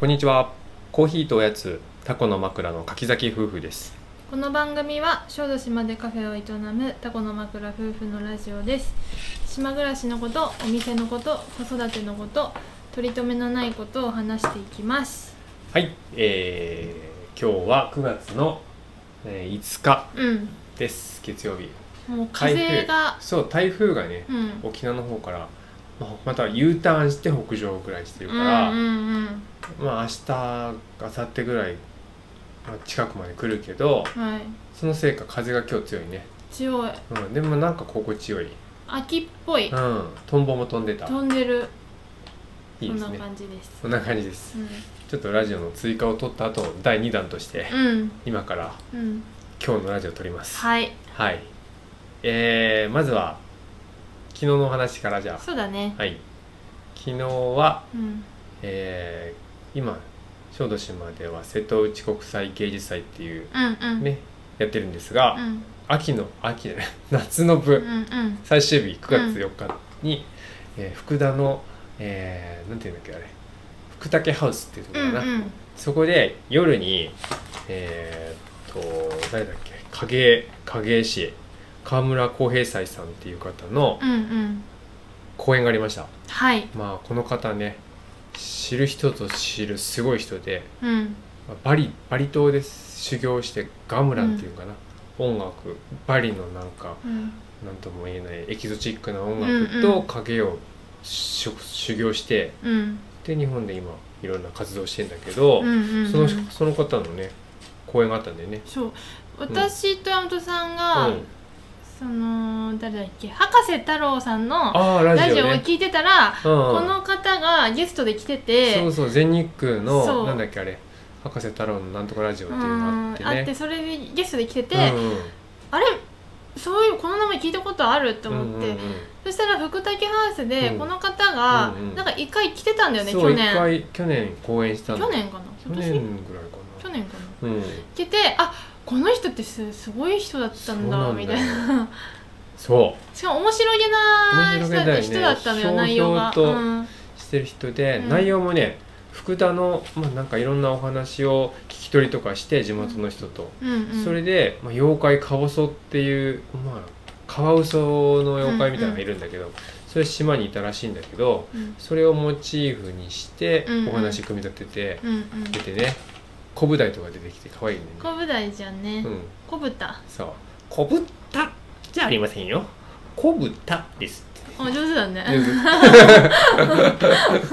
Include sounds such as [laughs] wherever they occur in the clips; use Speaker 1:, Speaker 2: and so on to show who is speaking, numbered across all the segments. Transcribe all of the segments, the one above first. Speaker 1: こんにちは。コーヒーとおやつ、タコの枕の柿崎夫婦です。
Speaker 2: この番組は小豆島でカフェを営むタコの枕夫婦のラジオです島暮らしのことお店のこと子育てのこと取り留めのないことを話していきます
Speaker 1: はい、えー、今日は9月の、えー5日
Speaker 2: うん
Speaker 1: です。月曜日。
Speaker 2: もう風が
Speaker 1: そう、台風がね、
Speaker 2: うん
Speaker 1: 沖縄の方から、まあまた U ターンして北上ぐらいしてる
Speaker 2: う
Speaker 1: か
Speaker 2: ん
Speaker 1: ら、
Speaker 2: うんうん
Speaker 1: まあ明日、明後日ぐらい、まあ近くまで来るけど、
Speaker 2: はい
Speaker 1: そのせいか風が今日強いね。
Speaker 2: 強い
Speaker 1: うん、でもなんか心地よい。う
Speaker 2: 秋っぽい
Speaker 1: ん、トンボも飛んでた。
Speaker 2: 飛んでる
Speaker 1: いい
Speaker 2: そ
Speaker 1: です
Speaker 2: んな
Speaker 1: ね。
Speaker 2: 感じです
Speaker 1: そんな感じです。
Speaker 2: う
Speaker 1: ちょっとラジオの追加を取った後第2弾として
Speaker 2: んうん
Speaker 1: 今から
Speaker 2: うん
Speaker 1: 今日のラジオを撮りますはい、
Speaker 2: はい
Speaker 1: えー、まずは昨日のお話からじゃ
Speaker 2: そうだね
Speaker 1: あはい昨日は、
Speaker 2: うん
Speaker 1: えー、今小豆島では瀬戸内国際芸術祭っていう
Speaker 2: うんうん
Speaker 1: ねやってるんですが、
Speaker 2: うん
Speaker 1: 秋の秋じゃない [laughs] 夏の部、
Speaker 2: うんうん
Speaker 1: 最終日9月4日に、えー福田の、えー、なんていうんだっけあれ福武ハウスっていうとこ
Speaker 2: う
Speaker 1: ろか
Speaker 2: ん
Speaker 1: な、
Speaker 2: うん
Speaker 1: そこで夜にえーっと誰だっけ影絵影絵師川村浩平斎さんっていう方の
Speaker 2: うんうん
Speaker 1: 講演がありました、
Speaker 2: はい
Speaker 1: まあこの方ね知る人ぞ知るすごい人で
Speaker 2: うん
Speaker 1: まあバリバリ島で修行してガムランっていうかな、音楽バリのなんか
Speaker 2: うん
Speaker 1: なんとも言えないエキゾチックな音
Speaker 2: うんう
Speaker 1: 楽
Speaker 2: ん
Speaker 1: と影をし修行して
Speaker 2: うん
Speaker 1: で日本で今いろんな活動してんだけど、
Speaker 2: うんうんうん
Speaker 1: そのその方のね講演があったんでね
Speaker 2: そう私と山本さんが、
Speaker 1: うん、
Speaker 2: その誰だっけ博士太郎さんの
Speaker 1: ああラジ
Speaker 2: ラ
Speaker 1: オ,、ね、
Speaker 2: ジオを聞いてたら、
Speaker 1: うん、
Speaker 2: この方がゲストで来てて
Speaker 1: そうそう全日空
Speaker 2: そ
Speaker 1: の
Speaker 2: う
Speaker 1: なんだっけあれ博士太郎のなんとかラジオっていううのがあ
Speaker 2: ん
Speaker 1: って
Speaker 2: あって
Speaker 1: ね
Speaker 2: それでゲストで来てて、
Speaker 1: うんうん
Speaker 2: あれそういうこの名前聞いたことあると
Speaker 1: う
Speaker 2: 思って、
Speaker 1: んうんうん
Speaker 2: そしたら福武ハウスで
Speaker 1: うん
Speaker 2: この方が、
Speaker 1: うんうん
Speaker 2: なんか一回来てたんだよね
Speaker 1: そう
Speaker 2: 去
Speaker 1: 一
Speaker 2: 年
Speaker 1: 回去年公演したの
Speaker 2: 去年かな今
Speaker 1: 去
Speaker 2: 年
Speaker 1: 年
Speaker 2: 去年
Speaker 1: ぐらいかな
Speaker 2: かな
Speaker 1: うん
Speaker 2: 来ててあこの人ってすすごい人だったんだ
Speaker 1: そうなんだよ
Speaker 2: みたいな
Speaker 1: [laughs] そ
Speaker 2: しかも面白げな
Speaker 1: 面
Speaker 2: 人,、
Speaker 1: 白げだよね
Speaker 2: 人だったの
Speaker 1: ひょうひょ
Speaker 2: よ
Speaker 1: う
Speaker 2: 内容が。
Speaker 1: と
Speaker 2: うん
Speaker 1: うしてる人で、
Speaker 2: うん
Speaker 1: 内容もね福田の、まあ、なんかいろんなお話を聞き取りとかして地元の人と、
Speaker 2: うんうん、
Speaker 1: それで、まあ、妖怪カワウソっていう、まあ、カワウソの妖怪みたいなのがいるんだけど、それ島にいたらしいんだけど
Speaker 2: うん
Speaker 1: それをモチーフにして
Speaker 2: うんうん
Speaker 1: お話組み立てて、
Speaker 2: うんうん
Speaker 1: 出てね小舞台とか出てきて可愛いね、
Speaker 2: 小舞台じゃんね
Speaker 1: うん
Speaker 2: 小豚
Speaker 1: そう小豚じゃありませんよ小豚です
Speaker 2: お上手だね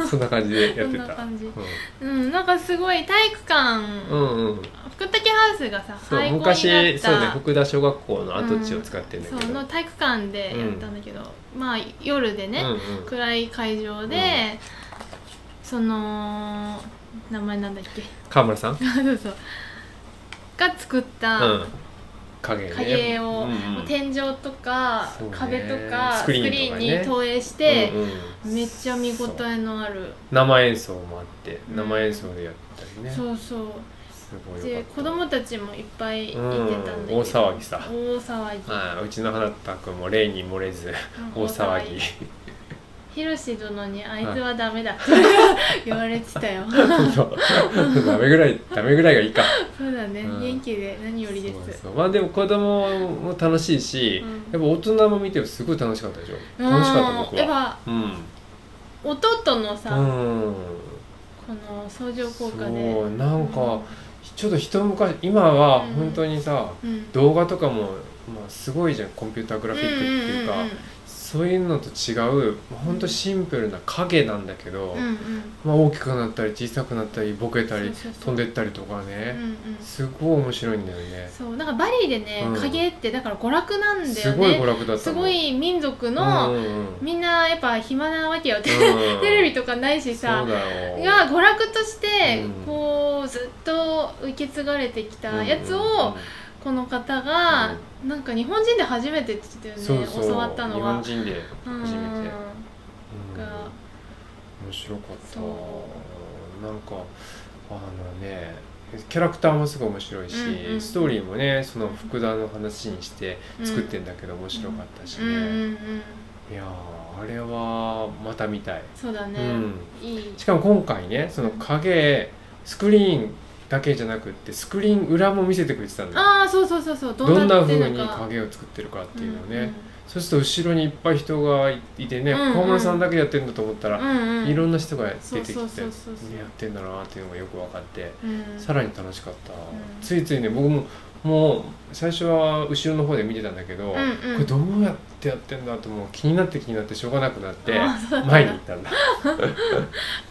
Speaker 1: そんな感じでやって
Speaker 2: そんな
Speaker 1: た
Speaker 2: 感じ
Speaker 1: う
Speaker 2: うんなんかすごい体育館、
Speaker 1: ん、うんうん
Speaker 2: 福武ハウスがさ
Speaker 1: そう
Speaker 2: 廃校になった
Speaker 1: 昔そうね福田小学校の跡地を使ってんだけど、
Speaker 2: そうの体育館でやったんだけど、まあ夜でね、
Speaker 1: うんうん
Speaker 2: 暗い会場で、その名前なんだっけ
Speaker 1: 川村さん
Speaker 2: そうそうが作った、
Speaker 1: うん、影ね
Speaker 2: 影絵
Speaker 1: う
Speaker 2: を、
Speaker 1: んうん
Speaker 2: 天井とか、
Speaker 1: そうね
Speaker 2: 壁とか
Speaker 1: スク
Speaker 2: スク
Speaker 1: リ
Speaker 2: リ
Speaker 1: ーンとかね
Speaker 2: ーンに投影して、
Speaker 1: うんうん
Speaker 2: めっちゃ見応えのある
Speaker 1: 生演奏もあって
Speaker 2: うん
Speaker 1: 生演奏でやったりね、
Speaker 2: そうそう
Speaker 1: すごいよ
Speaker 2: で
Speaker 1: かった
Speaker 2: 子供たちもいっぱいいてたんだけど、
Speaker 1: うん大騒ぎさ
Speaker 2: 大騒ぎ、
Speaker 1: はいうちの花田君も例に漏れず
Speaker 2: うん
Speaker 1: 大騒ぎ
Speaker 2: ひろし殿に「あいつはダメだ」って [laughs] 言われて
Speaker 1: [laughs]
Speaker 2: たよ
Speaker 1: そう [laughs] ダメぐらいダメぐらいがいいか
Speaker 2: そうだね、
Speaker 1: うん
Speaker 2: 元気で何よりです
Speaker 1: そうそうまあでも子供も楽しいし、
Speaker 2: う
Speaker 1: やっぱ大人も見てすごい楽しかったでしょ楽しかった僕
Speaker 2: うんやっ
Speaker 1: はう
Speaker 2: ぱ
Speaker 1: ん
Speaker 2: 弟とのさ、
Speaker 1: うん
Speaker 2: この相乗効果で
Speaker 1: そうなんかちょっと一昔今は本当にさ、
Speaker 2: うん
Speaker 1: 動画とかも、まあ、すごいじゃんコンピューターグラフィックっていうか、そういうのと違うまあほんとシンプルな影なんだけど、
Speaker 2: うんうんうんうんうん
Speaker 1: まあ、大きくなったり小さくなったりボケたり
Speaker 2: そうそうそう
Speaker 1: 飛んでったりとか
Speaker 2: う
Speaker 1: ね、
Speaker 2: んうん
Speaker 1: すごい面白いんだよね
Speaker 2: そうなんかバリでね、
Speaker 1: うん
Speaker 2: 影絵ってだから娯楽なんだよね
Speaker 1: すごい娯楽だったの
Speaker 2: すごい民族
Speaker 1: うん
Speaker 2: の、
Speaker 1: うんうん
Speaker 2: みんなやっぱ暇なわけよ、 [laughs] テ
Speaker 1: うん
Speaker 2: レビとかないし
Speaker 1: そ
Speaker 2: さ
Speaker 1: うだよ
Speaker 2: が娯楽として
Speaker 1: うん
Speaker 2: こうずっと受け継がれてきたやつをこの方がなんか日本人で初めてって言ってた
Speaker 1: そ
Speaker 2: よ
Speaker 1: う
Speaker 2: ね
Speaker 1: そう
Speaker 2: 教わったの
Speaker 1: 日
Speaker 2: は
Speaker 1: 本。人で初めて、
Speaker 2: うん
Speaker 1: うん
Speaker 2: が
Speaker 1: 面白かった
Speaker 2: そう
Speaker 1: なんかあのねキャラクターもすごい面白いし、
Speaker 2: うんうん
Speaker 1: ストーリーもねその福田の話にして
Speaker 2: うん
Speaker 1: 作ってんだけど面白かったし
Speaker 2: う
Speaker 1: ね、
Speaker 2: んうんうん
Speaker 1: いやーあれはまた見たい
Speaker 2: そうだね、
Speaker 1: うん
Speaker 2: いい
Speaker 1: しかも今回ねその影スクリーンだけじゃなくってスクリーン裏も見せてくれてたんだよ
Speaker 2: ああそうそうそうそう
Speaker 1: どんな風
Speaker 2: っ
Speaker 1: に
Speaker 2: てるか
Speaker 1: 影を作ってるかっていうのをね、
Speaker 2: んん
Speaker 1: そうすると後ろにいっぱい人がいてね
Speaker 2: うんうん
Speaker 1: 河村さんだけやってるんだと思ったら、
Speaker 2: うんうん、
Speaker 1: いろんな人が出てきて
Speaker 2: そ
Speaker 1: や
Speaker 2: うそうそうそう
Speaker 1: ってんだなっていうのがよく分かって
Speaker 2: うん
Speaker 1: さらに楽しかった、
Speaker 2: ん
Speaker 1: ついついね僕ももう最初は後ろの方で見てたんだけど、
Speaker 2: うんうん
Speaker 1: これどうやってやってんだともう気になって気になってしょうがなくなって
Speaker 2: あーそうだった
Speaker 1: 前に行った
Speaker 2: [laughs]
Speaker 1: んだ
Speaker 2: 子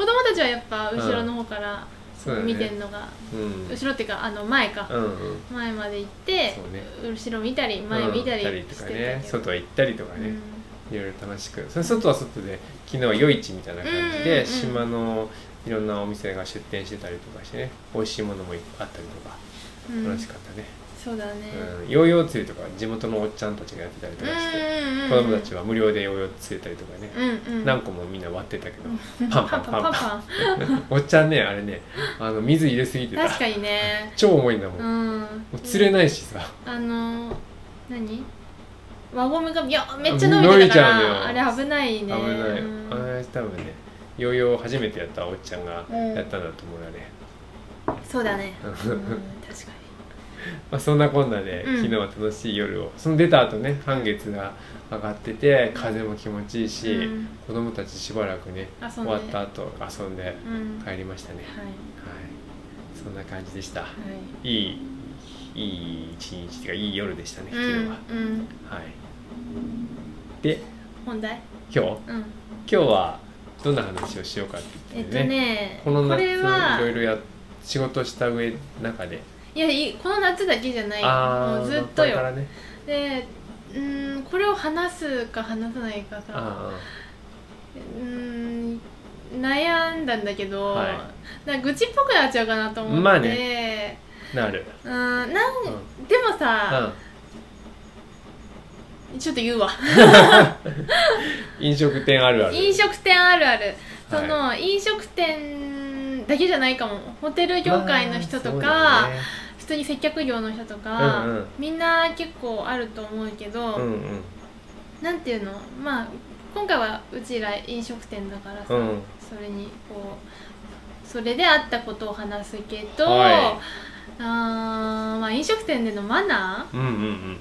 Speaker 2: 供たちはやっぱ後ろの方から
Speaker 1: そうだね
Speaker 2: 見てるのが、
Speaker 1: うん、うん
Speaker 2: 後ろっていうかあの前か、
Speaker 1: うん
Speaker 2: 前まで行って
Speaker 1: そう、
Speaker 2: 後ろ見たり前見たり
Speaker 1: うん
Speaker 2: して
Speaker 1: と
Speaker 2: た
Speaker 1: か
Speaker 2: けど、
Speaker 1: ね外行ったりとか
Speaker 2: う
Speaker 1: ね、
Speaker 2: ん
Speaker 1: いろいろ楽しくそれ外は外で昨日は夜市みたいな感じ
Speaker 2: うんうんう
Speaker 1: で
Speaker 2: ん
Speaker 1: 島のいろんなお店が出店してたりとかしてね美味しいものもいっぱいあったりとか
Speaker 2: うん
Speaker 1: 楽しかったね、
Speaker 2: そうだね、
Speaker 1: うん、ヨーヨー釣りとか地元のおっちゃんたちがやってたりとかして子供たち
Speaker 2: は、
Speaker 1: は無料でヨーヨー釣れたりとかね
Speaker 2: うんうん、
Speaker 1: 何個もみんな割ってたけど
Speaker 2: パ
Speaker 1: パン
Speaker 2: ン
Speaker 1: パ
Speaker 2: パ
Speaker 1: ン
Speaker 2: ン
Speaker 1: パ
Speaker 2: パ
Speaker 1: ン
Speaker 2: ン
Speaker 1: パ
Speaker 2: パ
Speaker 1: ン
Speaker 2: ン
Speaker 1: おっちゃんねあれねあの水入れすぎてた
Speaker 2: 確かにね
Speaker 1: 超重いんだもん
Speaker 2: う
Speaker 1: も
Speaker 2: ん
Speaker 1: [laughs] う釣れないしさ
Speaker 2: あの何輪ゴムがいやめっちゃ伸びてたか
Speaker 1: 伸びちゃう
Speaker 2: ら
Speaker 1: の
Speaker 2: あ
Speaker 1: よ
Speaker 2: れ危ない
Speaker 1: 危
Speaker 2: ね
Speaker 1: ない
Speaker 2: うん
Speaker 1: あれ多分ねヨーヨー初めてやったおっちゃんがやったんだと思うよね、
Speaker 2: そうだね、
Speaker 1: うん
Speaker 2: うん、
Speaker 1: [laughs]
Speaker 2: 確か
Speaker 1: まあ、そんなこんなで
Speaker 2: うん
Speaker 1: 昨日は楽しい夜を、その出た後ね半月が上がってて風も気持ちいいし、
Speaker 2: に、うん、
Speaker 1: 子供たちしばらくね
Speaker 2: 遊んで
Speaker 1: 終わった後遊んで
Speaker 2: うんはい
Speaker 1: 帰りましたね、はいそんな感じでした
Speaker 2: はい
Speaker 1: いいいい一日というかいい夜でしたね
Speaker 2: う
Speaker 1: 昨日は、
Speaker 2: ん、うん、
Speaker 1: はいで
Speaker 2: 本題、
Speaker 1: 今日
Speaker 2: うん、
Speaker 1: 今日はどんな話をしようかって
Speaker 2: え
Speaker 1: 言
Speaker 2: っ
Speaker 1: っ
Speaker 2: と
Speaker 1: てね,、
Speaker 2: ね
Speaker 1: この夏
Speaker 2: れ
Speaker 1: い
Speaker 2: は
Speaker 1: ろいろや仕事した上中で、
Speaker 2: いやいこの夏だけじゃない
Speaker 1: あ
Speaker 2: も
Speaker 1: あ
Speaker 2: うずっ
Speaker 1: こ
Speaker 2: と
Speaker 1: れから
Speaker 2: よ
Speaker 1: ね
Speaker 2: でうんこれを話すか話さないかさ
Speaker 1: あ
Speaker 2: うん悩んだんだけど、
Speaker 1: はい
Speaker 2: なんか愚痴っぽくなっちゃうかなと思って、
Speaker 1: まああなる、
Speaker 2: うんな
Speaker 1: う
Speaker 2: ん
Speaker 1: ん
Speaker 2: でも
Speaker 1: う
Speaker 2: さ、
Speaker 1: ん
Speaker 2: ちょっと言うわ
Speaker 1: 飲食店あるある
Speaker 2: 飲食店あるあるその、
Speaker 1: は
Speaker 2: 飲食店だけじゃないかもホテル業界の人とか、
Speaker 1: まあ
Speaker 2: 普通に接客業の人とか、
Speaker 1: うんうん
Speaker 2: みんな結構あると思うけど、
Speaker 1: そうだよね
Speaker 2: なんていうのまあ今回はうちら飲食店だから
Speaker 1: う
Speaker 2: さ、
Speaker 1: んうんうん
Speaker 2: それにこうそれであったことを話すけど、
Speaker 1: は
Speaker 2: あーまあ飲食店でのマナ
Speaker 1: うんうんうん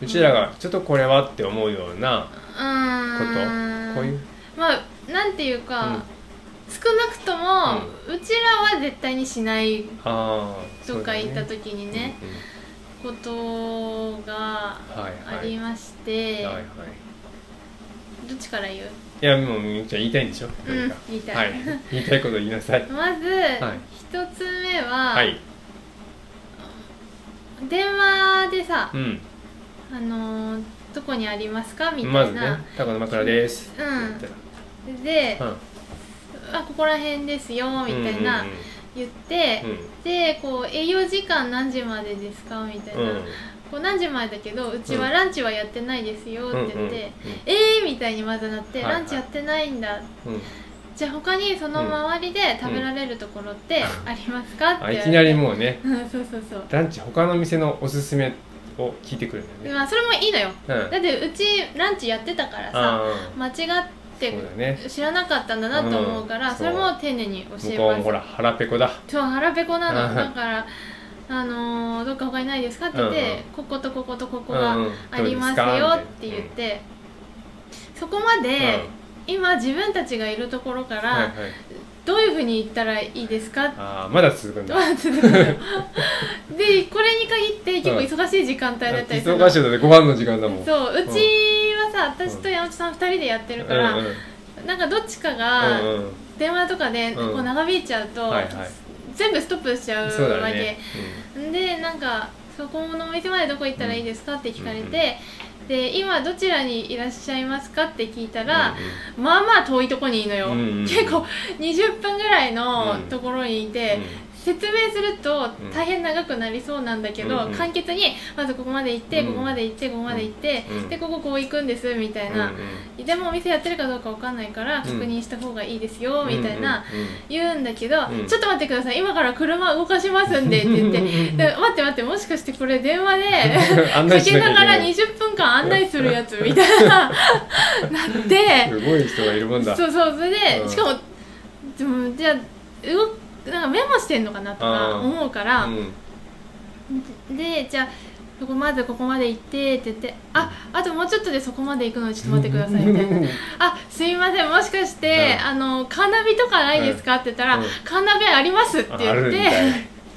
Speaker 1: うちらがちょっとこれはって思うようなこ
Speaker 2: ー
Speaker 1: と
Speaker 2: うーん
Speaker 1: こういう
Speaker 2: まあなんていうか、
Speaker 1: うん
Speaker 2: 少なくとも、うちらは絶対にしない
Speaker 1: ああ
Speaker 2: とか行った時にねことが
Speaker 1: はい
Speaker 2: あ
Speaker 1: は
Speaker 2: り
Speaker 1: い
Speaker 2: まして、
Speaker 1: はいはい
Speaker 2: どっちから言う
Speaker 1: いやもうみゆきちゃん言いたいんでしょ
Speaker 2: うん
Speaker 1: 何か
Speaker 2: 言いたい
Speaker 1: はい言いたいこと言いなさい
Speaker 2: まず、
Speaker 1: い
Speaker 2: 一つ目は、
Speaker 1: はい
Speaker 2: 電話でさ
Speaker 1: う、ん
Speaker 2: あのーどこにありますかみた
Speaker 1: ま
Speaker 2: い
Speaker 1: ずね
Speaker 2: な、
Speaker 1: タコの枕です
Speaker 2: うん
Speaker 1: って
Speaker 2: で、
Speaker 1: 言ったら
Speaker 2: あここら辺ですよみ
Speaker 1: うん
Speaker 2: たいな、
Speaker 1: うん
Speaker 2: 言って、でこう営業時間何時までですかみたい
Speaker 1: うんう
Speaker 2: な、
Speaker 1: んうん
Speaker 2: こう何時までだけどうち
Speaker 1: う
Speaker 2: は
Speaker 1: ん
Speaker 2: ランチはやってないですよって言って、
Speaker 1: うんうんうん
Speaker 2: えーみたいにまずなって、
Speaker 1: はいはい
Speaker 2: ランチやってないんだ
Speaker 1: うん
Speaker 2: じゃあ他にその周りで食べられるところってありますか、って
Speaker 1: あい
Speaker 2: 言われて
Speaker 1: きなりもうね
Speaker 2: うん [laughs] そうそうそう
Speaker 1: ランチ他の店のおすすめを聞いてくるんだよね
Speaker 2: まあそれもいいのよ
Speaker 1: うん
Speaker 2: だってうちランチやってたからさ
Speaker 1: あ
Speaker 2: 間違って
Speaker 1: そうだね
Speaker 2: 知らなかったんだなと思うから、
Speaker 1: うん
Speaker 2: それも丁寧に教
Speaker 1: 向
Speaker 2: え
Speaker 1: こうも
Speaker 2: ま
Speaker 1: ほ
Speaker 2: す
Speaker 1: ら腹ペコだ
Speaker 2: そう腹ペコな
Speaker 1: うん
Speaker 2: のだからあのーどっか他にないですかって言って、こことこことここ
Speaker 1: うんう
Speaker 2: が
Speaker 1: ん
Speaker 2: ありますよって言って、そこま
Speaker 1: うん
Speaker 2: で、今自分たちがいるところから、
Speaker 1: はいはい
Speaker 2: どういうふうに言ったらいいです [laughs] かって
Speaker 1: あーまだ続くんだ
Speaker 2: は続くのよでこれに限って結構忙しい時間帯だったりするの
Speaker 1: 忙しいのでご飯の時間だもん
Speaker 2: そううちはさ私と山本さん2人でやってるから、
Speaker 1: うんうん
Speaker 2: なんかどっちか
Speaker 1: う
Speaker 2: が
Speaker 1: ん
Speaker 2: 電話とかでこ
Speaker 1: うん
Speaker 2: う長引いちゃうと、
Speaker 1: うんはいはい
Speaker 2: 全部ストップしちゃ
Speaker 1: そう
Speaker 2: う
Speaker 1: だ
Speaker 2: わけ、
Speaker 1: ね
Speaker 2: でなんか「そこのお店までどこ行ったらいいですか?」って聞かれて、で「今どちらにいらっしゃいますか?」って聞いたら、まあまあ遠いとこにいいのよ、
Speaker 1: うんうん
Speaker 2: 結構20分ぐらいの
Speaker 1: うん
Speaker 2: ところにいて、説明すると大変長くなりそうなんだけど、
Speaker 1: うんうん
Speaker 2: 簡潔にまずここまで行って、
Speaker 1: うん
Speaker 2: ここまで行ってここまで行って、
Speaker 1: うん
Speaker 2: でこここう行くんですみたいな、でもお店やってるかどうかわかんないから
Speaker 1: ん
Speaker 2: 確認した方がいいですよ、みたいな、
Speaker 1: な
Speaker 2: 言うんだけど、
Speaker 1: うん
Speaker 2: ちょっと待ってください今から車動かします
Speaker 1: [laughs]
Speaker 2: んでって言ってで待って待ってもしかしてこれ電話で
Speaker 1: [laughs] 案
Speaker 2: か
Speaker 1: 内し
Speaker 2: け
Speaker 1: なきゃ
Speaker 2: ないがら
Speaker 1: けない
Speaker 2: 20分間案内するやつみた
Speaker 1: [laughs]
Speaker 2: いななって
Speaker 1: すごい人がいるもんだ
Speaker 2: そうそうそれで、
Speaker 1: うん
Speaker 2: しかもでもじゃあ動なんかメモしてんのかなとか
Speaker 1: あー
Speaker 2: 思うから、
Speaker 1: うん
Speaker 2: でじゃあここまでここまで行ってって言ってああともうちょっとでそこまで行くのでちょっと待ってくださいみたいなあすいませんもしかして、
Speaker 1: うん
Speaker 2: あのカーナビとかないですかって言ったら、
Speaker 1: うん
Speaker 2: カーナビありますって
Speaker 1: ああ
Speaker 2: 言っ
Speaker 1: るん
Speaker 2: て
Speaker 1: だ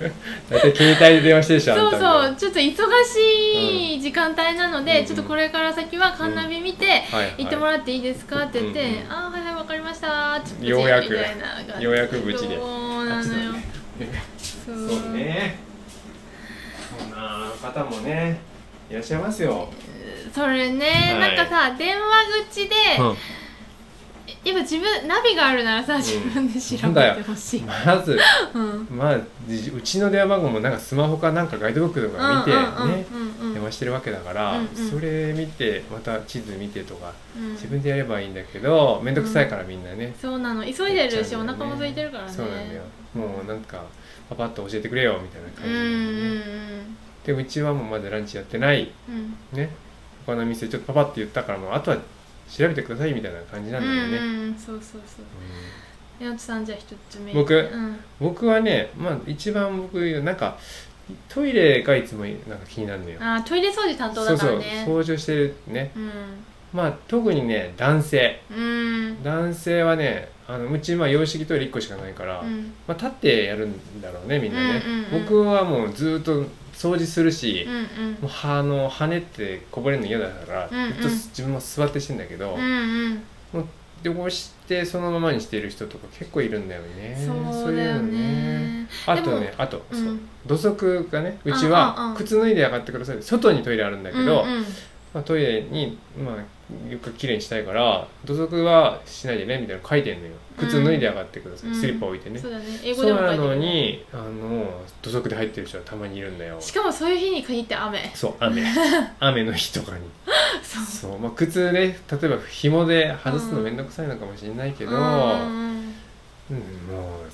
Speaker 1: よ大体携帯で電話してるでしょ
Speaker 2: そう
Speaker 1: あ
Speaker 2: そ
Speaker 1: ん
Speaker 2: うちょっと忙しい時間帯なので、
Speaker 1: うん
Speaker 2: ちょっとこれから先はカーナビ見て、
Speaker 1: たもはい、はい、
Speaker 2: 行ってもらっていいですかって言って、
Speaker 1: うんうん
Speaker 2: あはいはいわかりましたちょっと
Speaker 1: ようやく
Speaker 2: みたいな感じ
Speaker 1: ようやく無事で
Speaker 2: そうなのよ
Speaker 1: あ
Speaker 2: そう
Speaker 1: そうねそんな方もねいらっしゃいますよ、
Speaker 2: それね、
Speaker 1: はい
Speaker 2: なんかさ電話口で、やっぱ自分ナビがあるならさ自分で調べてほしい、
Speaker 1: まず
Speaker 2: うん、
Speaker 1: まあじうちの電話番号もなんかスマホかなんかガイドブックとか見てね、
Speaker 2: うんうんうんうん
Speaker 1: 電話してるわけだから、
Speaker 2: うんうん
Speaker 1: それ見てまた地図見てとか
Speaker 2: うん
Speaker 1: 自分でやればいいんだけど面倒くさいからみんなね、
Speaker 2: そうなの急いでるし、
Speaker 1: や
Speaker 2: お
Speaker 1: っちゃうんだよね
Speaker 2: 腹も空いてるからね
Speaker 1: そうなんだよもうなんかパパッと教えてくれよみたいな
Speaker 2: う
Speaker 1: 感
Speaker 2: ん
Speaker 1: じな
Speaker 2: う
Speaker 1: んだよね、
Speaker 2: ん
Speaker 1: でうちはもうまだランチやってない
Speaker 2: うん
Speaker 1: ね他の店ちょっとパパって言ったからもうあとは調べてくださいみたいな感じなん
Speaker 2: う
Speaker 1: だよね、
Speaker 2: んうんそうそうそう
Speaker 1: うん
Speaker 2: えのちさんじゃあ一つ目
Speaker 1: 僕
Speaker 2: うん
Speaker 1: 僕はね、まあ、一番僕なんかトイレがいつもなんか気になるのよ
Speaker 2: あートイレ掃除担当
Speaker 1: そ
Speaker 2: だ
Speaker 1: う
Speaker 2: か
Speaker 1: そ
Speaker 2: ら
Speaker 1: う
Speaker 2: ね
Speaker 1: 掃除をしてるね
Speaker 2: うん
Speaker 1: まあ特にね男性
Speaker 2: うん
Speaker 1: 男性はねあのうちまあ洋式トイレ1個しかないから、
Speaker 2: うん
Speaker 1: まあ、立ってやるんだろうねみんなね、
Speaker 2: うんうんうん
Speaker 1: 僕はもうずっと掃除するし、
Speaker 2: うんうん
Speaker 1: もうあの跳ねってこぼれるの嫌だから、
Speaker 2: うんうん
Speaker 1: ずっと自分も座ってしてんだけど、
Speaker 2: うんうん
Speaker 1: 汚してそのままにしてる人とか結構いるんだよね
Speaker 2: そうだよね
Speaker 1: そういうのねあと
Speaker 2: で
Speaker 1: ねあと、
Speaker 2: う
Speaker 1: そうん土足がねうち
Speaker 2: うんうんう
Speaker 1: は
Speaker 2: ん
Speaker 1: 靴脱いで上がってください外にトイレあるんだけど、
Speaker 2: うんうん
Speaker 1: まあ、トイレに、まあ、よくきれいにしたいから土足はしないでねみたいなの書いてんのよ靴脱いで上がってください、
Speaker 2: うん
Speaker 1: スリッパ置いてね、
Speaker 2: そうだね英語
Speaker 1: そう
Speaker 2: でも書い
Speaker 1: な
Speaker 2: てる
Speaker 1: のにあの土足で入ってる人はたまにいるんだよ
Speaker 2: しかもそういう日に限って雨
Speaker 1: そう
Speaker 2: [laughs]
Speaker 1: 雨雨の日とかに
Speaker 2: そう
Speaker 1: そう、まあ、靴ね例えば紐で外すの面倒くさいのかもしれないけど、
Speaker 2: うん
Speaker 1: うんもう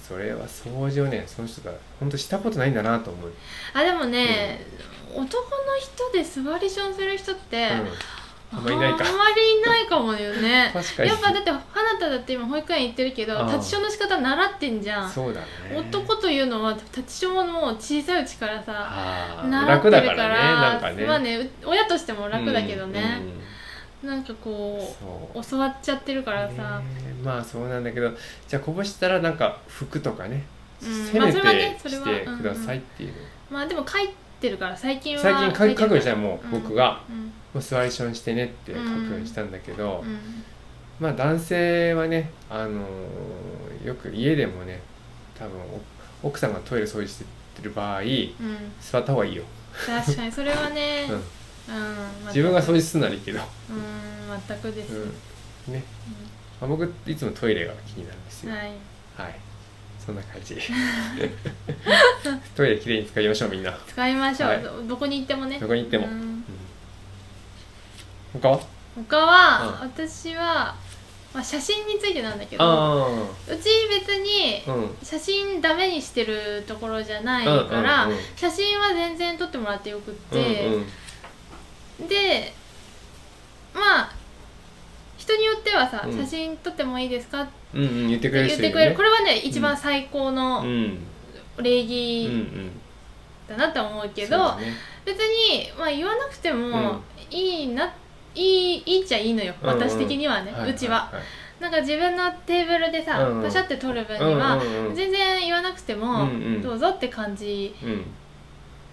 Speaker 1: それは掃除をねその人が本当したことないんだなと思う、
Speaker 2: あでもね、男の人でスバリションする人って、
Speaker 1: うん、あんまりいないか
Speaker 2: あんまりいないかもよね
Speaker 1: [laughs] 確かに
Speaker 2: やっぱだって花田だって今保育園行ってるけど
Speaker 1: あー
Speaker 2: 立ちションの仕方習ってんじゃん
Speaker 1: そうだね
Speaker 2: 男というのは立ちションはもう小さいうちからさ
Speaker 1: あー
Speaker 2: 習って
Speaker 1: 楽だ
Speaker 2: るか
Speaker 1: かららねなんかね,、
Speaker 2: まあねう親としても楽だけどね、
Speaker 1: うんうん
Speaker 2: なんかこ
Speaker 1: そう
Speaker 2: う教わっちゃってるからさ、
Speaker 1: ねまあそうなんだけどじゃあこぼしたらなんか服とかね、
Speaker 2: うん
Speaker 1: せ
Speaker 2: ま
Speaker 1: め
Speaker 2: あ
Speaker 1: て
Speaker 2: それはねそれ
Speaker 1: し
Speaker 2: は
Speaker 1: てくださいっていう、
Speaker 2: まあでも書いてるから最近は
Speaker 1: 最近
Speaker 2: 書
Speaker 1: か
Speaker 2: い
Speaker 1: 書
Speaker 2: てる
Speaker 1: く
Speaker 2: か
Speaker 1: よう
Speaker 2: ら
Speaker 1: にしたらもう僕が
Speaker 2: うん
Speaker 1: 「もう座りションしてね」って書くようにしたんだけど、
Speaker 2: うん
Speaker 1: まあ男性はね、あのーよく家でもね多分お奥さんがトイレ掃除してる場合
Speaker 2: うん
Speaker 1: 座った方がいいよ、
Speaker 2: 確かにそれはね、
Speaker 1: うん
Speaker 2: うん、
Speaker 1: 自分が掃除
Speaker 2: う
Speaker 1: するならいいけど、
Speaker 2: うん全くです、
Speaker 1: うんねまあ、僕いつもトイレが気になるんです
Speaker 2: うん
Speaker 1: よ
Speaker 2: はい
Speaker 1: はいそんな感じ [laughs] トイレきれいに使いましょうみんな、うん、
Speaker 2: 使いましょう、
Speaker 1: はい
Speaker 2: どどこに行ってもね
Speaker 1: どこに行っても
Speaker 2: うん
Speaker 1: 他は
Speaker 2: 他は、
Speaker 1: う
Speaker 2: 私は、まあ、写真についてなんだけど
Speaker 1: あ
Speaker 2: うち別に
Speaker 1: あうん
Speaker 2: 写真ダメにしてるところじゃない
Speaker 1: うんうんうん
Speaker 2: から、写真は全然撮ってもらってよくって、
Speaker 1: うんうん
Speaker 2: でまあ人によってはさ、
Speaker 1: うん
Speaker 2: 写真撮ってもいいですかって
Speaker 1: うんうん言ってくれ
Speaker 2: 言
Speaker 1: る
Speaker 2: っ
Speaker 1: 人い
Speaker 2: て
Speaker 1: ね
Speaker 2: くれるこれはね一番最高
Speaker 1: う
Speaker 2: の
Speaker 1: ん
Speaker 2: 礼
Speaker 1: うんう
Speaker 2: 儀
Speaker 1: ん
Speaker 2: だなと思うけ
Speaker 1: そ
Speaker 2: ど、
Speaker 1: うだね
Speaker 2: 別に、まあ、言わなくて
Speaker 1: う
Speaker 2: も
Speaker 1: ん
Speaker 2: いいな、いいいいっちゃいいのよ
Speaker 1: うんうん
Speaker 2: 私的にはね、うちは、
Speaker 1: い
Speaker 2: なんか自分のテーブルでさ、
Speaker 1: うんうん
Speaker 2: パシャって撮る分
Speaker 1: いい
Speaker 2: には、
Speaker 1: うんうんうん
Speaker 2: 全然言わなくても、
Speaker 1: うんうん
Speaker 2: どうぞって感じ
Speaker 1: うん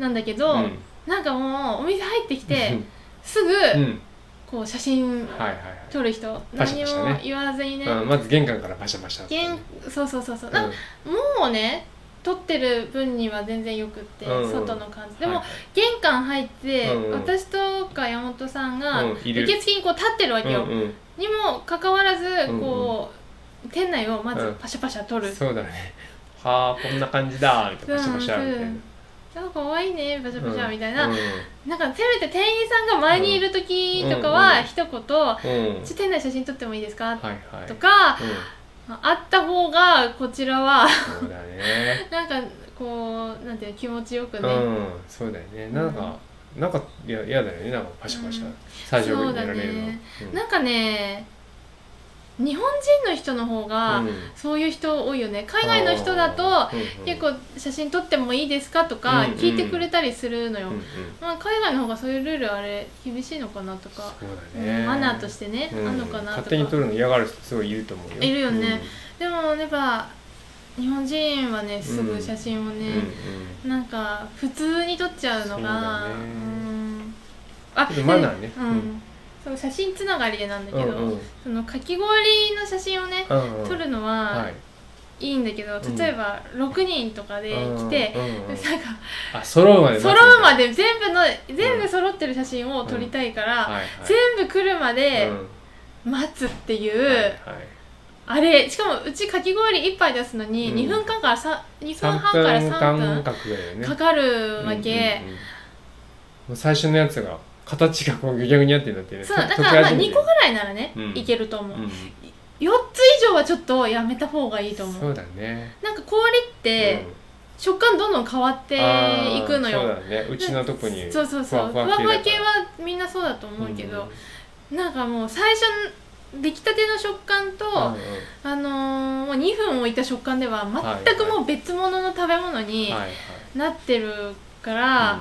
Speaker 2: なんだけど、
Speaker 1: うん
Speaker 2: なんかもうお店入ってきてすぐ
Speaker 1: うん
Speaker 2: こう写
Speaker 1: は
Speaker 2: 真
Speaker 1: いはいはい
Speaker 2: 撮る人、
Speaker 1: パシャパ
Speaker 2: 何
Speaker 1: シャね
Speaker 2: も言わずにね
Speaker 1: うんまず玄関からパシャパシャ
Speaker 2: げんそうそうそうそう、なんかもうね撮ってる分には全然よくって、
Speaker 1: うんうん
Speaker 2: 外の感じ
Speaker 1: で
Speaker 2: でも、玄関入って、
Speaker 1: うんうん
Speaker 2: 私とか山本さんが、
Speaker 1: うんい
Speaker 2: 受
Speaker 1: る
Speaker 2: 付にこう立ってるわけよ、
Speaker 1: うん
Speaker 2: にもかかわらず
Speaker 1: んうん
Speaker 2: こう、店内をま
Speaker 1: う
Speaker 2: ず
Speaker 1: ん
Speaker 2: パシャパシャ撮
Speaker 1: う
Speaker 2: る、
Speaker 1: んそうだねはあこんな感じだみたいなパシャパシャみたいな
Speaker 2: なんか可愛いねパシャパシャみたいな、
Speaker 1: うん
Speaker 2: なんかせめて店員さんが前にいる時
Speaker 1: う
Speaker 2: とか
Speaker 1: んうん
Speaker 2: は
Speaker 1: うん
Speaker 2: 一言「ち
Speaker 1: う
Speaker 2: ょ
Speaker 1: ん
Speaker 2: っと店内写真撮ってもいいですか
Speaker 1: はいはい
Speaker 2: とか
Speaker 1: うん
Speaker 2: あった方がこちらは
Speaker 1: そうだね
Speaker 2: なんかこうなんていうの気持ちよくね、
Speaker 1: うん、そうだよね。なんか、なんか、いや、嫌だよね。なんか、パシャパシャ。最初にやられるの。
Speaker 2: なんかね日本人の人の方が
Speaker 1: うん
Speaker 2: そういう人多いよね海外の人だと結構写真撮ってもいいですかとか
Speaker 1: うん
Speaker 2: 聞いてくれたりするのよ、
Speaker 1: うんうん
Speaker 2: まあ、海外の方がそういうルールあれ厳しいのかなとか、
Speaker 1: そう
Speaker 2: う
Speaker 1: だ
Speaker 2: ん
Speaker 1: ね、
Speaker 2: マナーとしてね、
Speaker 1: うん
Speaker 2: あんのかなとか
Speaker 1: 勝手に撮るの嫌がる人すごいいると思うよ
Speaker 2: いるよねでもやっぱ日本人はねすぐ写真
Speaker 1: う
Speaker 2: を
Speaker 1: ん
Speaker 2: ね
Speaker 1: うん、
Speaker 2: なんか普通に撮っちゃうの
Speaker 1: そ
Speaker 2: が
Speaker 1: うだね
Speaker 2: んあ
Speaker 1: ちょっとマナーね
Speaker 2: でうん
Speaker 1: うん
Speaker 2: その写真つながりでなんだけど、
Speaker 1: うんうん
Speaker 2: そのかき氷の写真をね、
Speaker 1: うんうん
Speaker 2: 撮るの
Speaker 1: は
Speaker 2: はいいいんだけど、例えば6人とかで来て、
Speaker 1: うんうんうん
Speaker 2: なんか
Speaker 1: あ揃うまで
Speaker 2: 揃うま
Speaker 1: で、
Speaker 2: で全部の全部揃ってる写真を撮りたいから、
Speaker 1: はいはい、
Speaker 2: 全部来るまで
Speaker 1: うん
Speaker 2: 待つっていう、
Speaker 1: はいはい
Speaker 2: あれしかもうちかき氷1杯出すのに
Speaker 1: うん
Speaker 2: 2分間からさ2分
Speaker 1: 三
Speaker 2: 半から
Speaker 1: 分
Speaker 2: 3
Speaker 1: 間
Speaker 2: 分
Speaker 1: 隔だよね
Speaker 2: かかるわ
Speaker 1: うん
Speaker 2: け
Speaker 1: うんうんもう最初のやつが形がこうぐにゃぐにゃってなってね
Speaker 2: そう
Speaker 1: と
Speaker 2: だからまあ
Speaker 1: 溶け始めて
Speaker 2: 2個ぐらいならね
Speaker 1: うん
Speaker 2: いけると思う
Speaker 1: うん
Speaker 2: 4つ以上はちょっとやめた方がいいと思
Speaker 1: そううだね
Speaker 2: なんか氷って
Speaker 1: うん
Speaker 2: 食感どんどん変わっていくの
Speaker 1: あー
Speaker 2: よ
Speaker 1: そうだねうちのとこに
Speaker 2: そうそうそうふ
Speaker 1: ふわ
Speaker 2: わ
Speaker 1: ふ
Speaker 2: ふ
Speaker 1: わ系だか
Speaker 2: わ
Speaker 1: ら
Speaker 2: 系はみんなそうだと思うけど、なんかもう最初の出来たての食感と、
Speaker 1: うんうん
Speaker 2: あのーもう2分置いた食感では全くもう別物の食べ物に
Speaker 1: はいはい
Speaker 2: なってるから、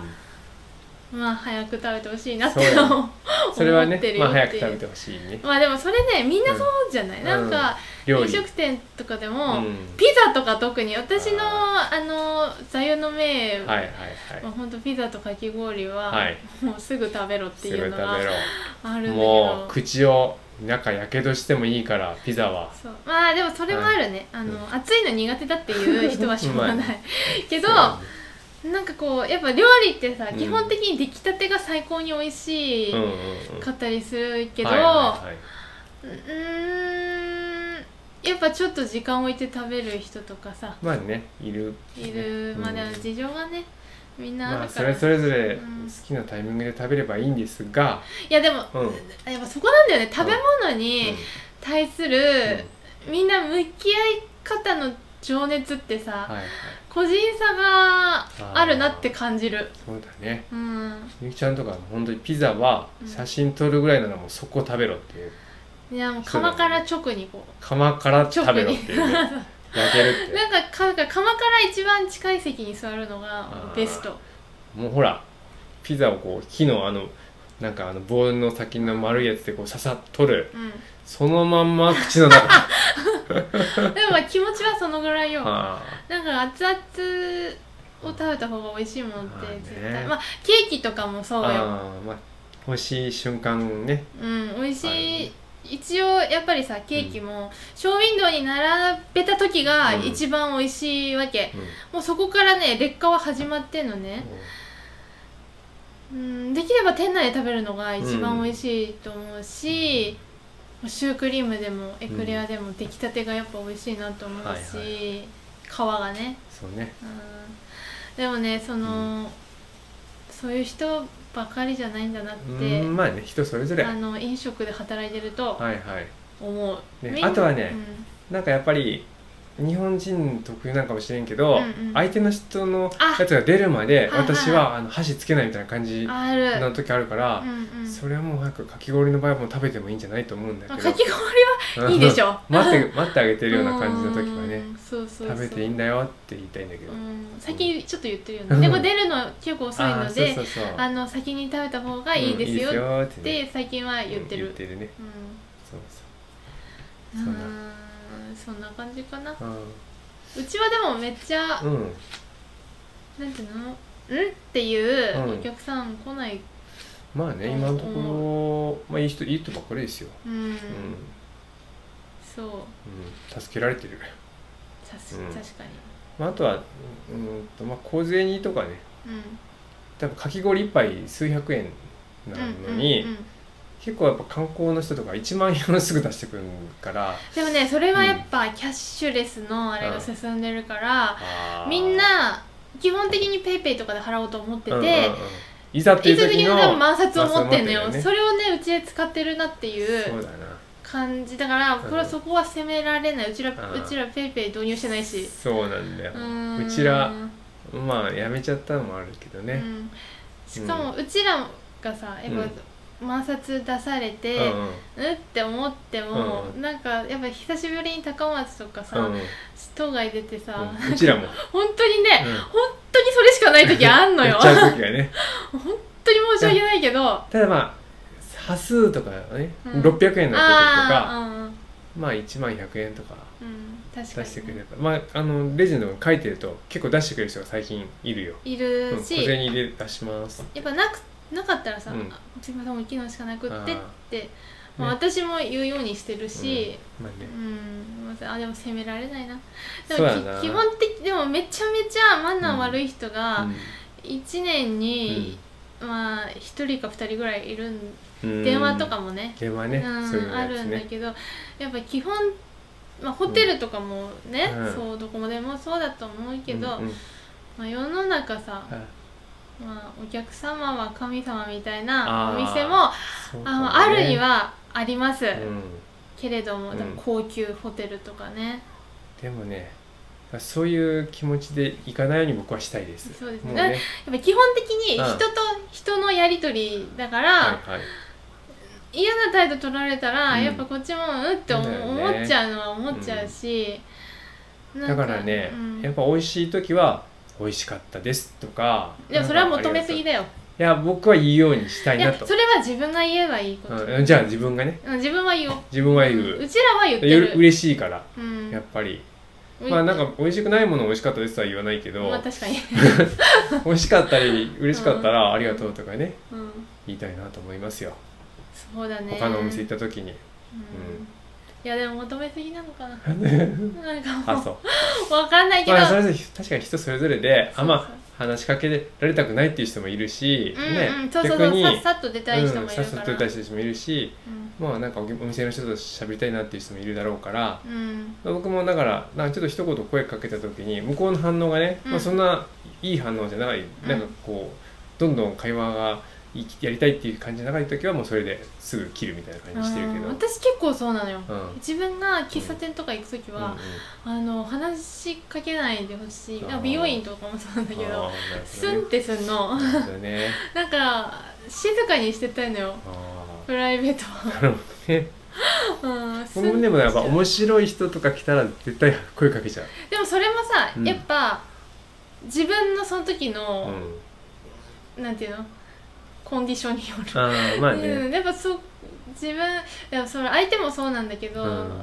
Speaker 2: まあ早く食べてほしいなって
Speaker 1: そうだね
Speaker 2: [laughs] 思
Speaker 1: うんそれは
Speaker 2: 思って
Speaker 1: ね
Speaker 2: るよ
Speaker 1: まあ
Speaker 2: っていう
Speaker 1: 早く食べてほしいね
Speaker 2: まあでもそれねみんなそうじゃない、
Speaker 1: うん
Speaker 2: なんか
Speaker 1: 料
Speaker 2: 飲
Speaker 1: 理
Speaker 2: 食店とかで
Speaker 1: うん
Speaker 2: も、
Speaker 1: はい
Speaker 2: ピザとか特に私のあの座右の銘
Speaker 1: はいはい
Speaker 2: まあ、本当ピザとかき氷は、
Speaker 1: はい
Speaker 2: もうすぐ食べろって
Speaker 1: す
Speaker 2: い
Speaker 1: ぐ
Speaker 2: う
Speaker 1: 食
Speaker 2: のがあ
Speaker 1: べ
Speaker 2: る
Speaker 1: ろ
Speaker 2: んだけ
Speaker 1: も
Speaker 2: ど
Speaker 1: う口を中やけどしてもいいからピザは
Speaker 2: そうまあでもそれもあるね、あの暑いの苦手だっていう人はしょうが
Speaker 1: う
Speaker 2: な
Speaker 1: [laughs] ま
Speaker 2: い [laughs] けど
Speaker 1: そうだね
Speaker 2: なんかこうやっぱ料理ってさ、
Speaker 1: うん
Speaker 2: 基本的に出来たてが最高に美味しい
Speaker 1: うんうんうん
Speaker 2: かったりするけど、
Speaker 1: はいはいはいう
Speaker 2: ーんやっぱちょっと時間置いて食べる人とかさ
Speaker 1: まあねいる
Speaker 2: いるまあでも
Speaker 1: うん
Speaker 2: 事情がねみんなあ
Speaker 1: まあ
Speaker 2: るか
Speaker 1: そ
Speaker 2: ら、
Speaker 1: れそれぞれ
Speaker 2: う
Speaker 1: 好
Speaker 2: ん
Speaker 1: きなタイミングで食べればいいんですが
Speaker 2: いやでも
Speaker 1: うんうん
Speaker 2: やっぱそこなんだよね食べ物に対する、みんな向き合い方の情熱ってさ、
Speaker 1: はいはい
Speaker 2: 個人差があるなって感じる
Speaker 1: そうだね
Speaker 2: うん
Speaker 1: ゆきちゃんとか本当にピザは
Speaker 2: うん
Speaker 1: 写真撮るぐらいならもうそこ食べろっていう
Speaker 2: いやもう
Speaker 1: そうだ
Speaker 2: 釜
Speaker 1: ね
Speaker 2: から直にこ
Speaker 1: 釜から食べろって
Speaker 2: [laughs]
Speaker 1: いうね焼けるっ
Speaker 2: う
Speaker 1: て
Speaker 2: なんかかなんか釜から一番近い席に座るのが
Speaker 1: あー
Speaker 2: ベスト
Speaker 1: もうほらピザをこう木のあのなんかあのボールの先の丸いやつでこうささっと取る
Speaker 2: うん
Speaker 1: そのまんま口の中
Speaker 2: [laughs] でもまあ気持ちはそのぐらいよなんか
Speaker 1: ああ
Speaker 2: 熱々を食べた方が美味しいものって
Speaker 1: あーね
Speaker 2: 絶対まあケーキとかもそうよ
Speaker 1: ああまあ欲しい瞬間ね
Speaker 2: うん美味し
Speaker 1: はい
Speaker 2: い一応やっぱりさケーキもショーウィンドウに並べた時が一番美味しいわけ
Speaker 1: うん
Speaker 2: もうそこからね劣化は始まってんのねうん、できれば店内で食べるのが一番美味しいと思うし、シュークリームでもエクレアでも出来たてがやっぱ美味しいなと思うし、
Speaker 1: はいはい
Speaker 2: 皮がね、
Speaker 1: そうね
Speaker 2: うん、でもねその、そういう人ばかりじゃないんだなっ
Speaker 1: う
Speaker 2: て、
Speaker 1: んまあね人それぞれ
Speaker 2: あ
Speaker 1: はい
Speaker 2: の飲食で働いてると
Speaker 1: はい
Speaker 2: 思う、
Speaker 1: ね
Speaker 2: みんな
Speaker 1: あとはね
Speaker 2: うん
Speaker 1: なんかやっぱり日本人特有なんかもしれんけど、
Speaker 2: うんうん
Speaker 1: 相手の人のやつが出るまで
Speaker 2: あはいはい
Speaker 1: 私はあの箸つけないみたいな感じ
Speaker 2: ある、
Speaker 1: の時あるか
Speaker 2: う
Speaker 1: ら、
Speaker 2: んうん、
Speaker 1: それはもう早くかき氷の場合はもう食べてもいいんじゃないと思うんだ
Speaker 2: まあ
Speaker 1: け
Speaker 2: か
Speaker 1: ど
Speaker 2: き氷はいいでしょ
Speaker 1: [laughs] 待って待ってあげて
Speaker 2: 出
Speaker 1: るような感じの時はね
Speaker 2: そうそうそう
Speaker 1: 食べていいんだよって言いたいんだけど、
Speaker 2: うん最近ちょっと言ってるよね、でも出るの結構遅い
Speaker 1: あ
Speaker 2: の
Speaker 1: あそう
Speaker 2: で
Speaker 1: そうそう
Speaker 2: あの先に食べた方がいいです
Speaker 1: うん
Speaker 2: よ
Speaker 1: いいです
Speaker 2: っ
Speaker 1: よね
Speaker 2: て最近は言って
Speaker 1: うん言っ
Speaker 2: る
Speaker 1: てるね
Speaker 2: う
Speaker 1: そうそそ
Speaker 2: ん
Speaker 1: んな
Speaker 2: うんそんな感じかな
Speaker 1: う
Speaker 2: うちはでもめっちゃ
Speaker 1: うん、うん、
Speaker 2: なんていうのんっていう
Speaker 1: うん
Speaker 2: お客さん来ない
Speaker 1: まあね今のところ、まあ、いい人いい人ばっかりですよ、
Speaker 2: うん、
Speaker 1: うん
Speaker 2: そう
Speaker 1: うん、助けられてる
Speaker 2: さす
Speaker 1: うん
Speaker 2: 確か
Speaker 1: まあ、あとは、うんとまあ、小銭とかね
Speaker 2: にうん
Speaker 1: 多分かき氷一杯数百円な
Speaker 2: うん
Speaker 1: のに、
Speaker 2: うんうん
Speaker 1: 結構やっぱ観光の人とか1万円をすぐ出してくるから
Speaker 2: でもねそれはやっぱキャッシュレスのあれが進んでるから、みんな基本的にペイペイとかで払おうと思ってて、
Speaker 1: うんうんうんいざってい
Speaker 2: 一
Speaker 1: う
Speaker 2: 時
Speaker 1: 時
Speaker 2: 的
Speaker 1: の
Speaker 2: な摩擦を持ってん
Speaker 1: 摩擦を持って
Speaker 2: のよ
Speaker 1: るよね
Speaker 2: それをねうちで使ってるなってい
Speaker 1: そう
Speaker 2: う
Speaker 1: だな
Speaker 2: 感じだからこれはそこは責められないうちら
Speaker 1: ん
Speaker 2: うちらペイペイ導入してないし
Speaker 1: そうなんだよ
Speaker 2: うー
Speaker 1: う
Speaker 2: ん
Speaker 1: ちらまあやめちゃったのもあるけど
Speaker 2: う
Speaker 1: ね、
Speaker 2: んしかもうちらがさやっぱ
Speaker 1: うん
Speaker 2: 摩擦出され
Speaker 1: う
Speaker 2: て、
Speaker 1: んうん
Speaker 2: うんって思っても、
Speaker 1: う
Speaker 2: なんかやっぱ久しぶりに高松とかさ、
Speaker 1: うん
Speaker 2: 島外出てさ、
Speaker 1: うんうちらも
Speaker 2: [laughs] 本当にね、
Speaker 1: うん
Speaker 2: 本当にそれしかない時あん
Speaker 1: [laughs]
Speaker 2: の
Speaker 1: や
Speaker 2: よ
Speaker 1: っち
Speaker 2: 本
Speaker 1: ゃう時がね
Speaker 2: 当に申し訳ないけどあ
Speaker 1: ただまあ端数とかね、
Speaker 2: うん
Speaker 1: 600円だった時とか
Speaker 2: あ
Speaker 1: まあ1万100円とか
Speaker 2: ーうんうん確か
Speaker 1: 出
Speaker 2: に
Speaker 1: してくれ
Speaker 2: ね、
Speaker 1: れば、まああのレジェンドが書いてると結構出してくれる人が最近いるよ、
Speaker 2: い
Speaker 1: うん、
Speaker 2: る
Speaker 1: 小
Speaker 2: し、
Speaker 1: 銭入れ出します
Speaker 2: やっぱなくなかったらさ、
Speaker 1: うん
Speaker 2: あすいませんもう昨日しかなくってっ
Speaker 1: あ
Speaker 2: てまあ、
Speaker 1: ね
Speaker 2: 私も言うようにしてるし、
Speaker 1: まあ
Speaker 2: う
Speaker 1: ね
Speaker 2: んまずあでも責められないなで
Speaker 1: そう
Speaker 2: も
Speaker 1: や
Speaker 2: き
Speaker 1: な
Speaker 2: 基本的でもめちゃめちゃマナー悪い人が1年に、まあ1人か2人ぐらいいるん
Speaker 1: うんうん
Speaker 2: 電話とかもね、
Speaker 1: 電話
Speaker 2: うん
Speaker 1: ね、そういうの
Speaker 2: あ
Speaker 1: や
Speaker 2: る
Speaker 1: つ
Speaker 2: んだ
Speaker 1: ね
Speaker 2: けどやっぱ基本、まあ、ホテルとかもね、
Speaker 1: うん
Speaker 2: そうどこもでもそうだと思うけど、
Speaker 1: うんうん
Speaker 2: まあ、世の中さ、
Speaker 1: あ
Speaker 2: まあ、お客様は神様みたい
Speaker 1: あ
Speaker 2: なお
Speaker 1: ー
Speaker 2: 店もあ,、
Speaker 1: そうかもね
Speaker 2: まあ、あるにはあります、
Speaker 1: うん
Speaker 2: けれども
Speaker 1: うん
Speaker 2: だから高級ホテルとかね、
Speaker 1: でもねそういう気持ちで行かないように僕はしたいです
Speaker 2: そうですね
Speaker 1: もうね
Speaker 2: やっぱ基本的に
Speaker 1: うん
Speaker 2: 人と人のやり取りだから、
Speaker 1: はいはい
Speaker 2: 嫌な態度取られたら、
Speaker 1: うん
Speaker 2: やっぱこっちもうんって思,、
Speaker 1: そうだよね
Speaker 2: 思っちゃうのは思っちゃうし、な
Speaker 1: だ
Speaker 2: ん
Speaker 1: からね、
Speaker 2: うん
Speaker 1: やっぱ美味しい時は美味しかったですとか
Speaker 2: でもそれは求めすぎ
Speaker 1: で
Speaker 2: だよ
Speaker 1: いや僕は言いようにしたい
Speaker 2: い
Speaker 1: な
Speaker 2: や
Speaker 1: と
Speaker 2: それは自分が言えばいいこと、
Speaker 1: うん、じゃあ自分がね
Speaker 2: うん自分は言おう
Speaker 1: 自分は言う、
Speaker 2: うんうちらは言って
Speaker 1: より
Speaker 2: る
Speaker 1: 嬉しいから
Speaker 2: うん
Speaker 1: やっぱり、まあなんか美味しくないもの美味しかったですとは言わないけど、
Speaker 2: まあ確かに、
Speaker 1: 美味しかったり嬉しかった
Speaker 2: うん
Speaker 1: らありがとうとかね
Speaker 2: うん、
Speaker 1: 言いたいなと思いますよ、
Speaker 2: そうだね
Speaker 1: 他のお店行
Speaker 2: うん、
Speaker 1: った
Speaker 2: [laughs]
Speaker 1: 時に
Speaker 2: いやでも求めすぎなのかななんか
Speaker 1: あ
Speaker 2: も
Speaker 1: そう
Speaker 2: うわかんないけど、
Speaker 1: まあ、それぞれ確かに人それぞれで
Speaker 2: そうそう
Speaker 1: あまあ話しかけられたくないっていう人もいるし、
Speaker 2: うんう
Speaker 1: ね
Speaker 2: ん、そうそう
Speaker 1: 逆
Speaker 2: そう
Speaker 1: に
Speaker 2: さっさっと出たい人
Speaker 1: うん
Speaker 2: もい
Speaker 1: さ
Speaker 2: る
Speaker 1: っさ
Speaker 2: か
Speaker 1: と
Speaker 2: ら
Speaker 1: 出たい人もいるしまあなんかお店の人と喋りたいなっていう人もいるだろうから
Speaker 2: うん、うん
Speaker 1: 僕もだからなんかちょっと一言声かけた時に向こうの反応がね、
Speaker 2: うん
Speaker 1: まあ、そんないい反応じゃない、
Speaker 2: うん
Speaker 1: なんかこうどんどん会話がいきやりたいっていう感じじゃない時はもうそれですぐ切るみたいな感じしてるけど
Speaker 2: うん、私結構そうなのよ、
Speaker 1: うん
Speaker 2: 自分が喫茶店とか行く時は、あの話しかけないでほしい
Speaker 1: あー
Speaker 2: 美容院とかもそうなんだけどスンっ
Speaker 1: ン
Speaker 2: てすんの
Speaker 1: だ
Speaker 2: [laughs]
Speaker 1: ね
Speaker 2: なんか静かにしてたいのよ
Speaker 1: あ
Speaker 2: プライベートは
Speaker 1: [laughs] ーなるほどね
Speaker 2: うんスン
Speaker 1: 僕もでもやっぱ
Speaker 2: ってしちゃう
Speaker 1: 面白い人とか来たら絶対声かけちゃう、
Speaker 2: でもそれもさ、
Speaker 1: うん
Speaker 2: やっぱ自分のその時
Speaker 1: う
Speaker 2: の、
Speaker 1: ん、
Speaker 2: なんていうのコンディションによる
Speaker 1: ああまあね、
Speaker 2: うん、やっぱそう自分でもそれ相手もそうなんだけど、
Speaker 1: うん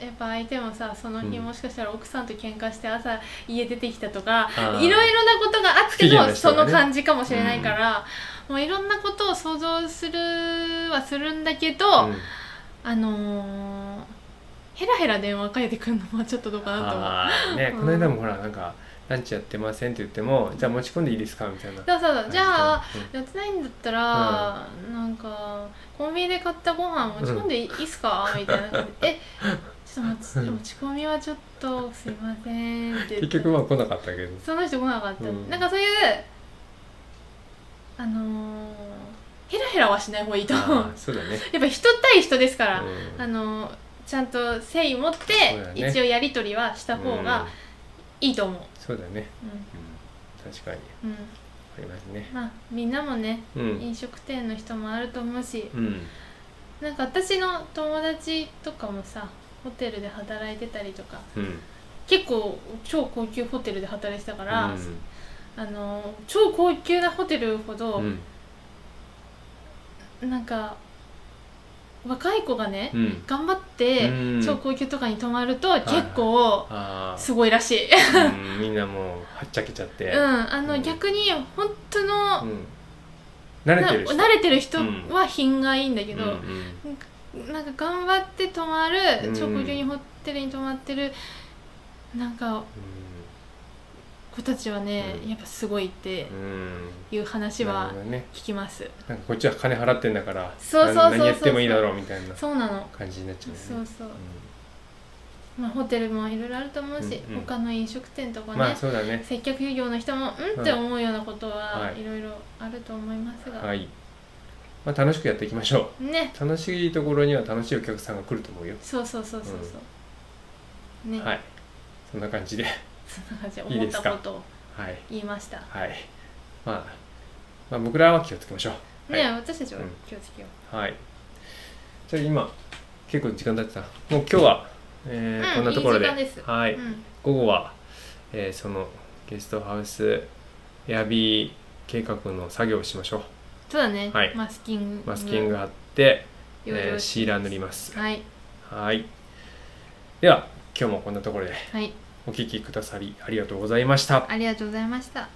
Speaker 2: やっぱ相手もさその日
Speaker 1: うん
Speaker 2: もしかしたら奥さんと喧嘩して朝家出てきたとか
Speaker 1: あー
Speaker 2: いろいろなことがあって
Speaker 1: 不機嫌
Speaker 2: の、
Speaker 1: な人
Speaker 2: そ
Speaker 1: がね
Speaker 2: の感じかもしれないから、もういろんなことを想像するはするんだけど、
Speaker 1: うん
Speaker 2: あのーヘラヘラ電話かけてくるのはちょっとどうかなと思う。
Speaker 1: ああね
Speaker 2: うん
Speaker 1: この間もほらなんか「ランチやってません」って言っても「じゃあ持ち込んでいいですか?」みたいな
Speaker 2: そうそうそうじゃあ、
Speaker 1: う
Speaker 2: やってないんだったら、なんかコンビニで買ったご飯持ち込んでいいっすか、みたいな感じで「えちょっと持ち持ち込みはちょっとすいません」って言って
Speaker 1: 結局まあ来なかったけど
Speaker 2: その人来なかった、
Speaker 1: うん
Speaker 2: なんかそういうあのーヘラヘラはしない方がいいと思う
Speaker 1: あーそうだね
Speaker 2: [laughs] やっぱ人対人ですから、
Speaker 1: うん
Speaker 2: あのーちゃんと誠意持って、
Speaker 1: そうだね
Speaker 2: 一応やり取りはした方
Speaker 1: うん
Speaker 2: がいいと思う、
Speaker 1: そうだね、
Speaker 2: うん
Speaker 1: うん、確かに
Speaker 2: うん
Speaker 1: ありますね
Speaker 2: まあみんなもね
Speaker 1: うん
Speaker 2: 飲食店の人もあると思うし、
Speaker 1: うん
Speaker 2: なんか私の友達とかもさホテルで働いてたりとか
Speaker 1: うん
Speaker 2: 結構超高級ホテルで働いてたか、
Speaker 1: から
Speaker 2: あの超高級なホテルほ
Speaker 1: う
Speaker 2: ど、
Speaker 1: ん
Speaker 2: なんか若い子がね、
Speaker 1: うん
Speaker 2: 頑張って、
Speaker 1: うん
Speaker 2: 超高級とかに泊まると結構
Speaker 1: あ
Speaker 2: すごいら
Speaker 1: [laughs]
Speaker 2: しい。
Speaker 1: あ、うん、みんなもうはっちゃけちゃって、
Speaker 2: うん、あの、
Speaker 1: うん
Speaker 2: 逆に本当の、
Speaker 1: うん慣れ
Speaker 2: な
Speaker 1: てる人
Speaker 2: 慣れてる人
Speaker 1: うん
Speaker 2: は品がいいんだけど、
Speaker 1: うんうん
Speaker 2: なんか頑張って泊まる
Speaker 1: うん
Speaker 2: 超高級にホテルに泊まってるなんか子たちはね、
Speaker 1: うん
Speaker 2: やっぱすごいって
Speaker 1: うんうん
Speaker 2: いう話
Speaker 1: なる
Speaker 2: は
Speaker 1: ほどね
Speaker 2: 聞きます、
Speaker 1: なんかこっちは金払ってんだから
Speaker 2: そうそうそうそう
Speaker 1: 何やってもいいだろうみたいな
Speaker 2: そうなの
Speaker 1: 感じになっちゃうよね
Speaker 2: そうそう、まあ、ホテルもいろいろあると思うし、
Speaker 1: うんうん
Speaker 2: 他の飲食店とか
Speaker 1: う
Speaker 2: ね、
Speaker 1: んまあそうだね
Speaker 2: 接客業の人もうんって思うようなことは
Speaker 1: はい
Speaker 2: いろいろあると思いますが、
Speaker 1: はい、まあ、楽しくやっていきましょ
Speaker 2: ね
Speaker 1: う楽しいところには楽しいお客さんが来ると思うよ
Speaker 2: そうそうそうそうそう、ね、
Speaker 1: はいそんな感じで
Speaker 2: そんな感じで
Speaker 1: いい
Speaker 2: 思っ
Speaker 1: です
Speaker 2: た
Speaker 1: か
Speaker 2: ことを
Speaker 1: はい
Speaker 2: 言いました
Speaker 1: はい、まあ、まあ僕らは気をつけましょう
Speaker 2: ね、
Speaker 1: は
Speaker 2: 私たちは
Speaker 1: うん
Speaker 2: 気をつけよ
Speaker 1: はいじゃあ今結構時間経ってたもう今日は、えー
Speaker 2: うん
Speaker 1: こんなところで
Speaker 2: いい時間です
Speaker 1: は
Speaker 2: う、
Speaker 1: い、午後は、えーそのゲストハウスエアビー計画の作業をしましょう
Speaker 2: そうだね、
Speaker 1: はい
Speaker 2: マスキング
Speaker 1: マスキング貼って、
Speaker 2: 用意
Speaker 1: えー
Speaker 2: をし
Speaker 1: シーラー塗ります
Speaker 2: はい
Speaker 1: はいでは今日もこんなところで
Speaker 2: はい
Speaker 1: お聞きくださりありがとうございました
Speaker 2: ありがとうございました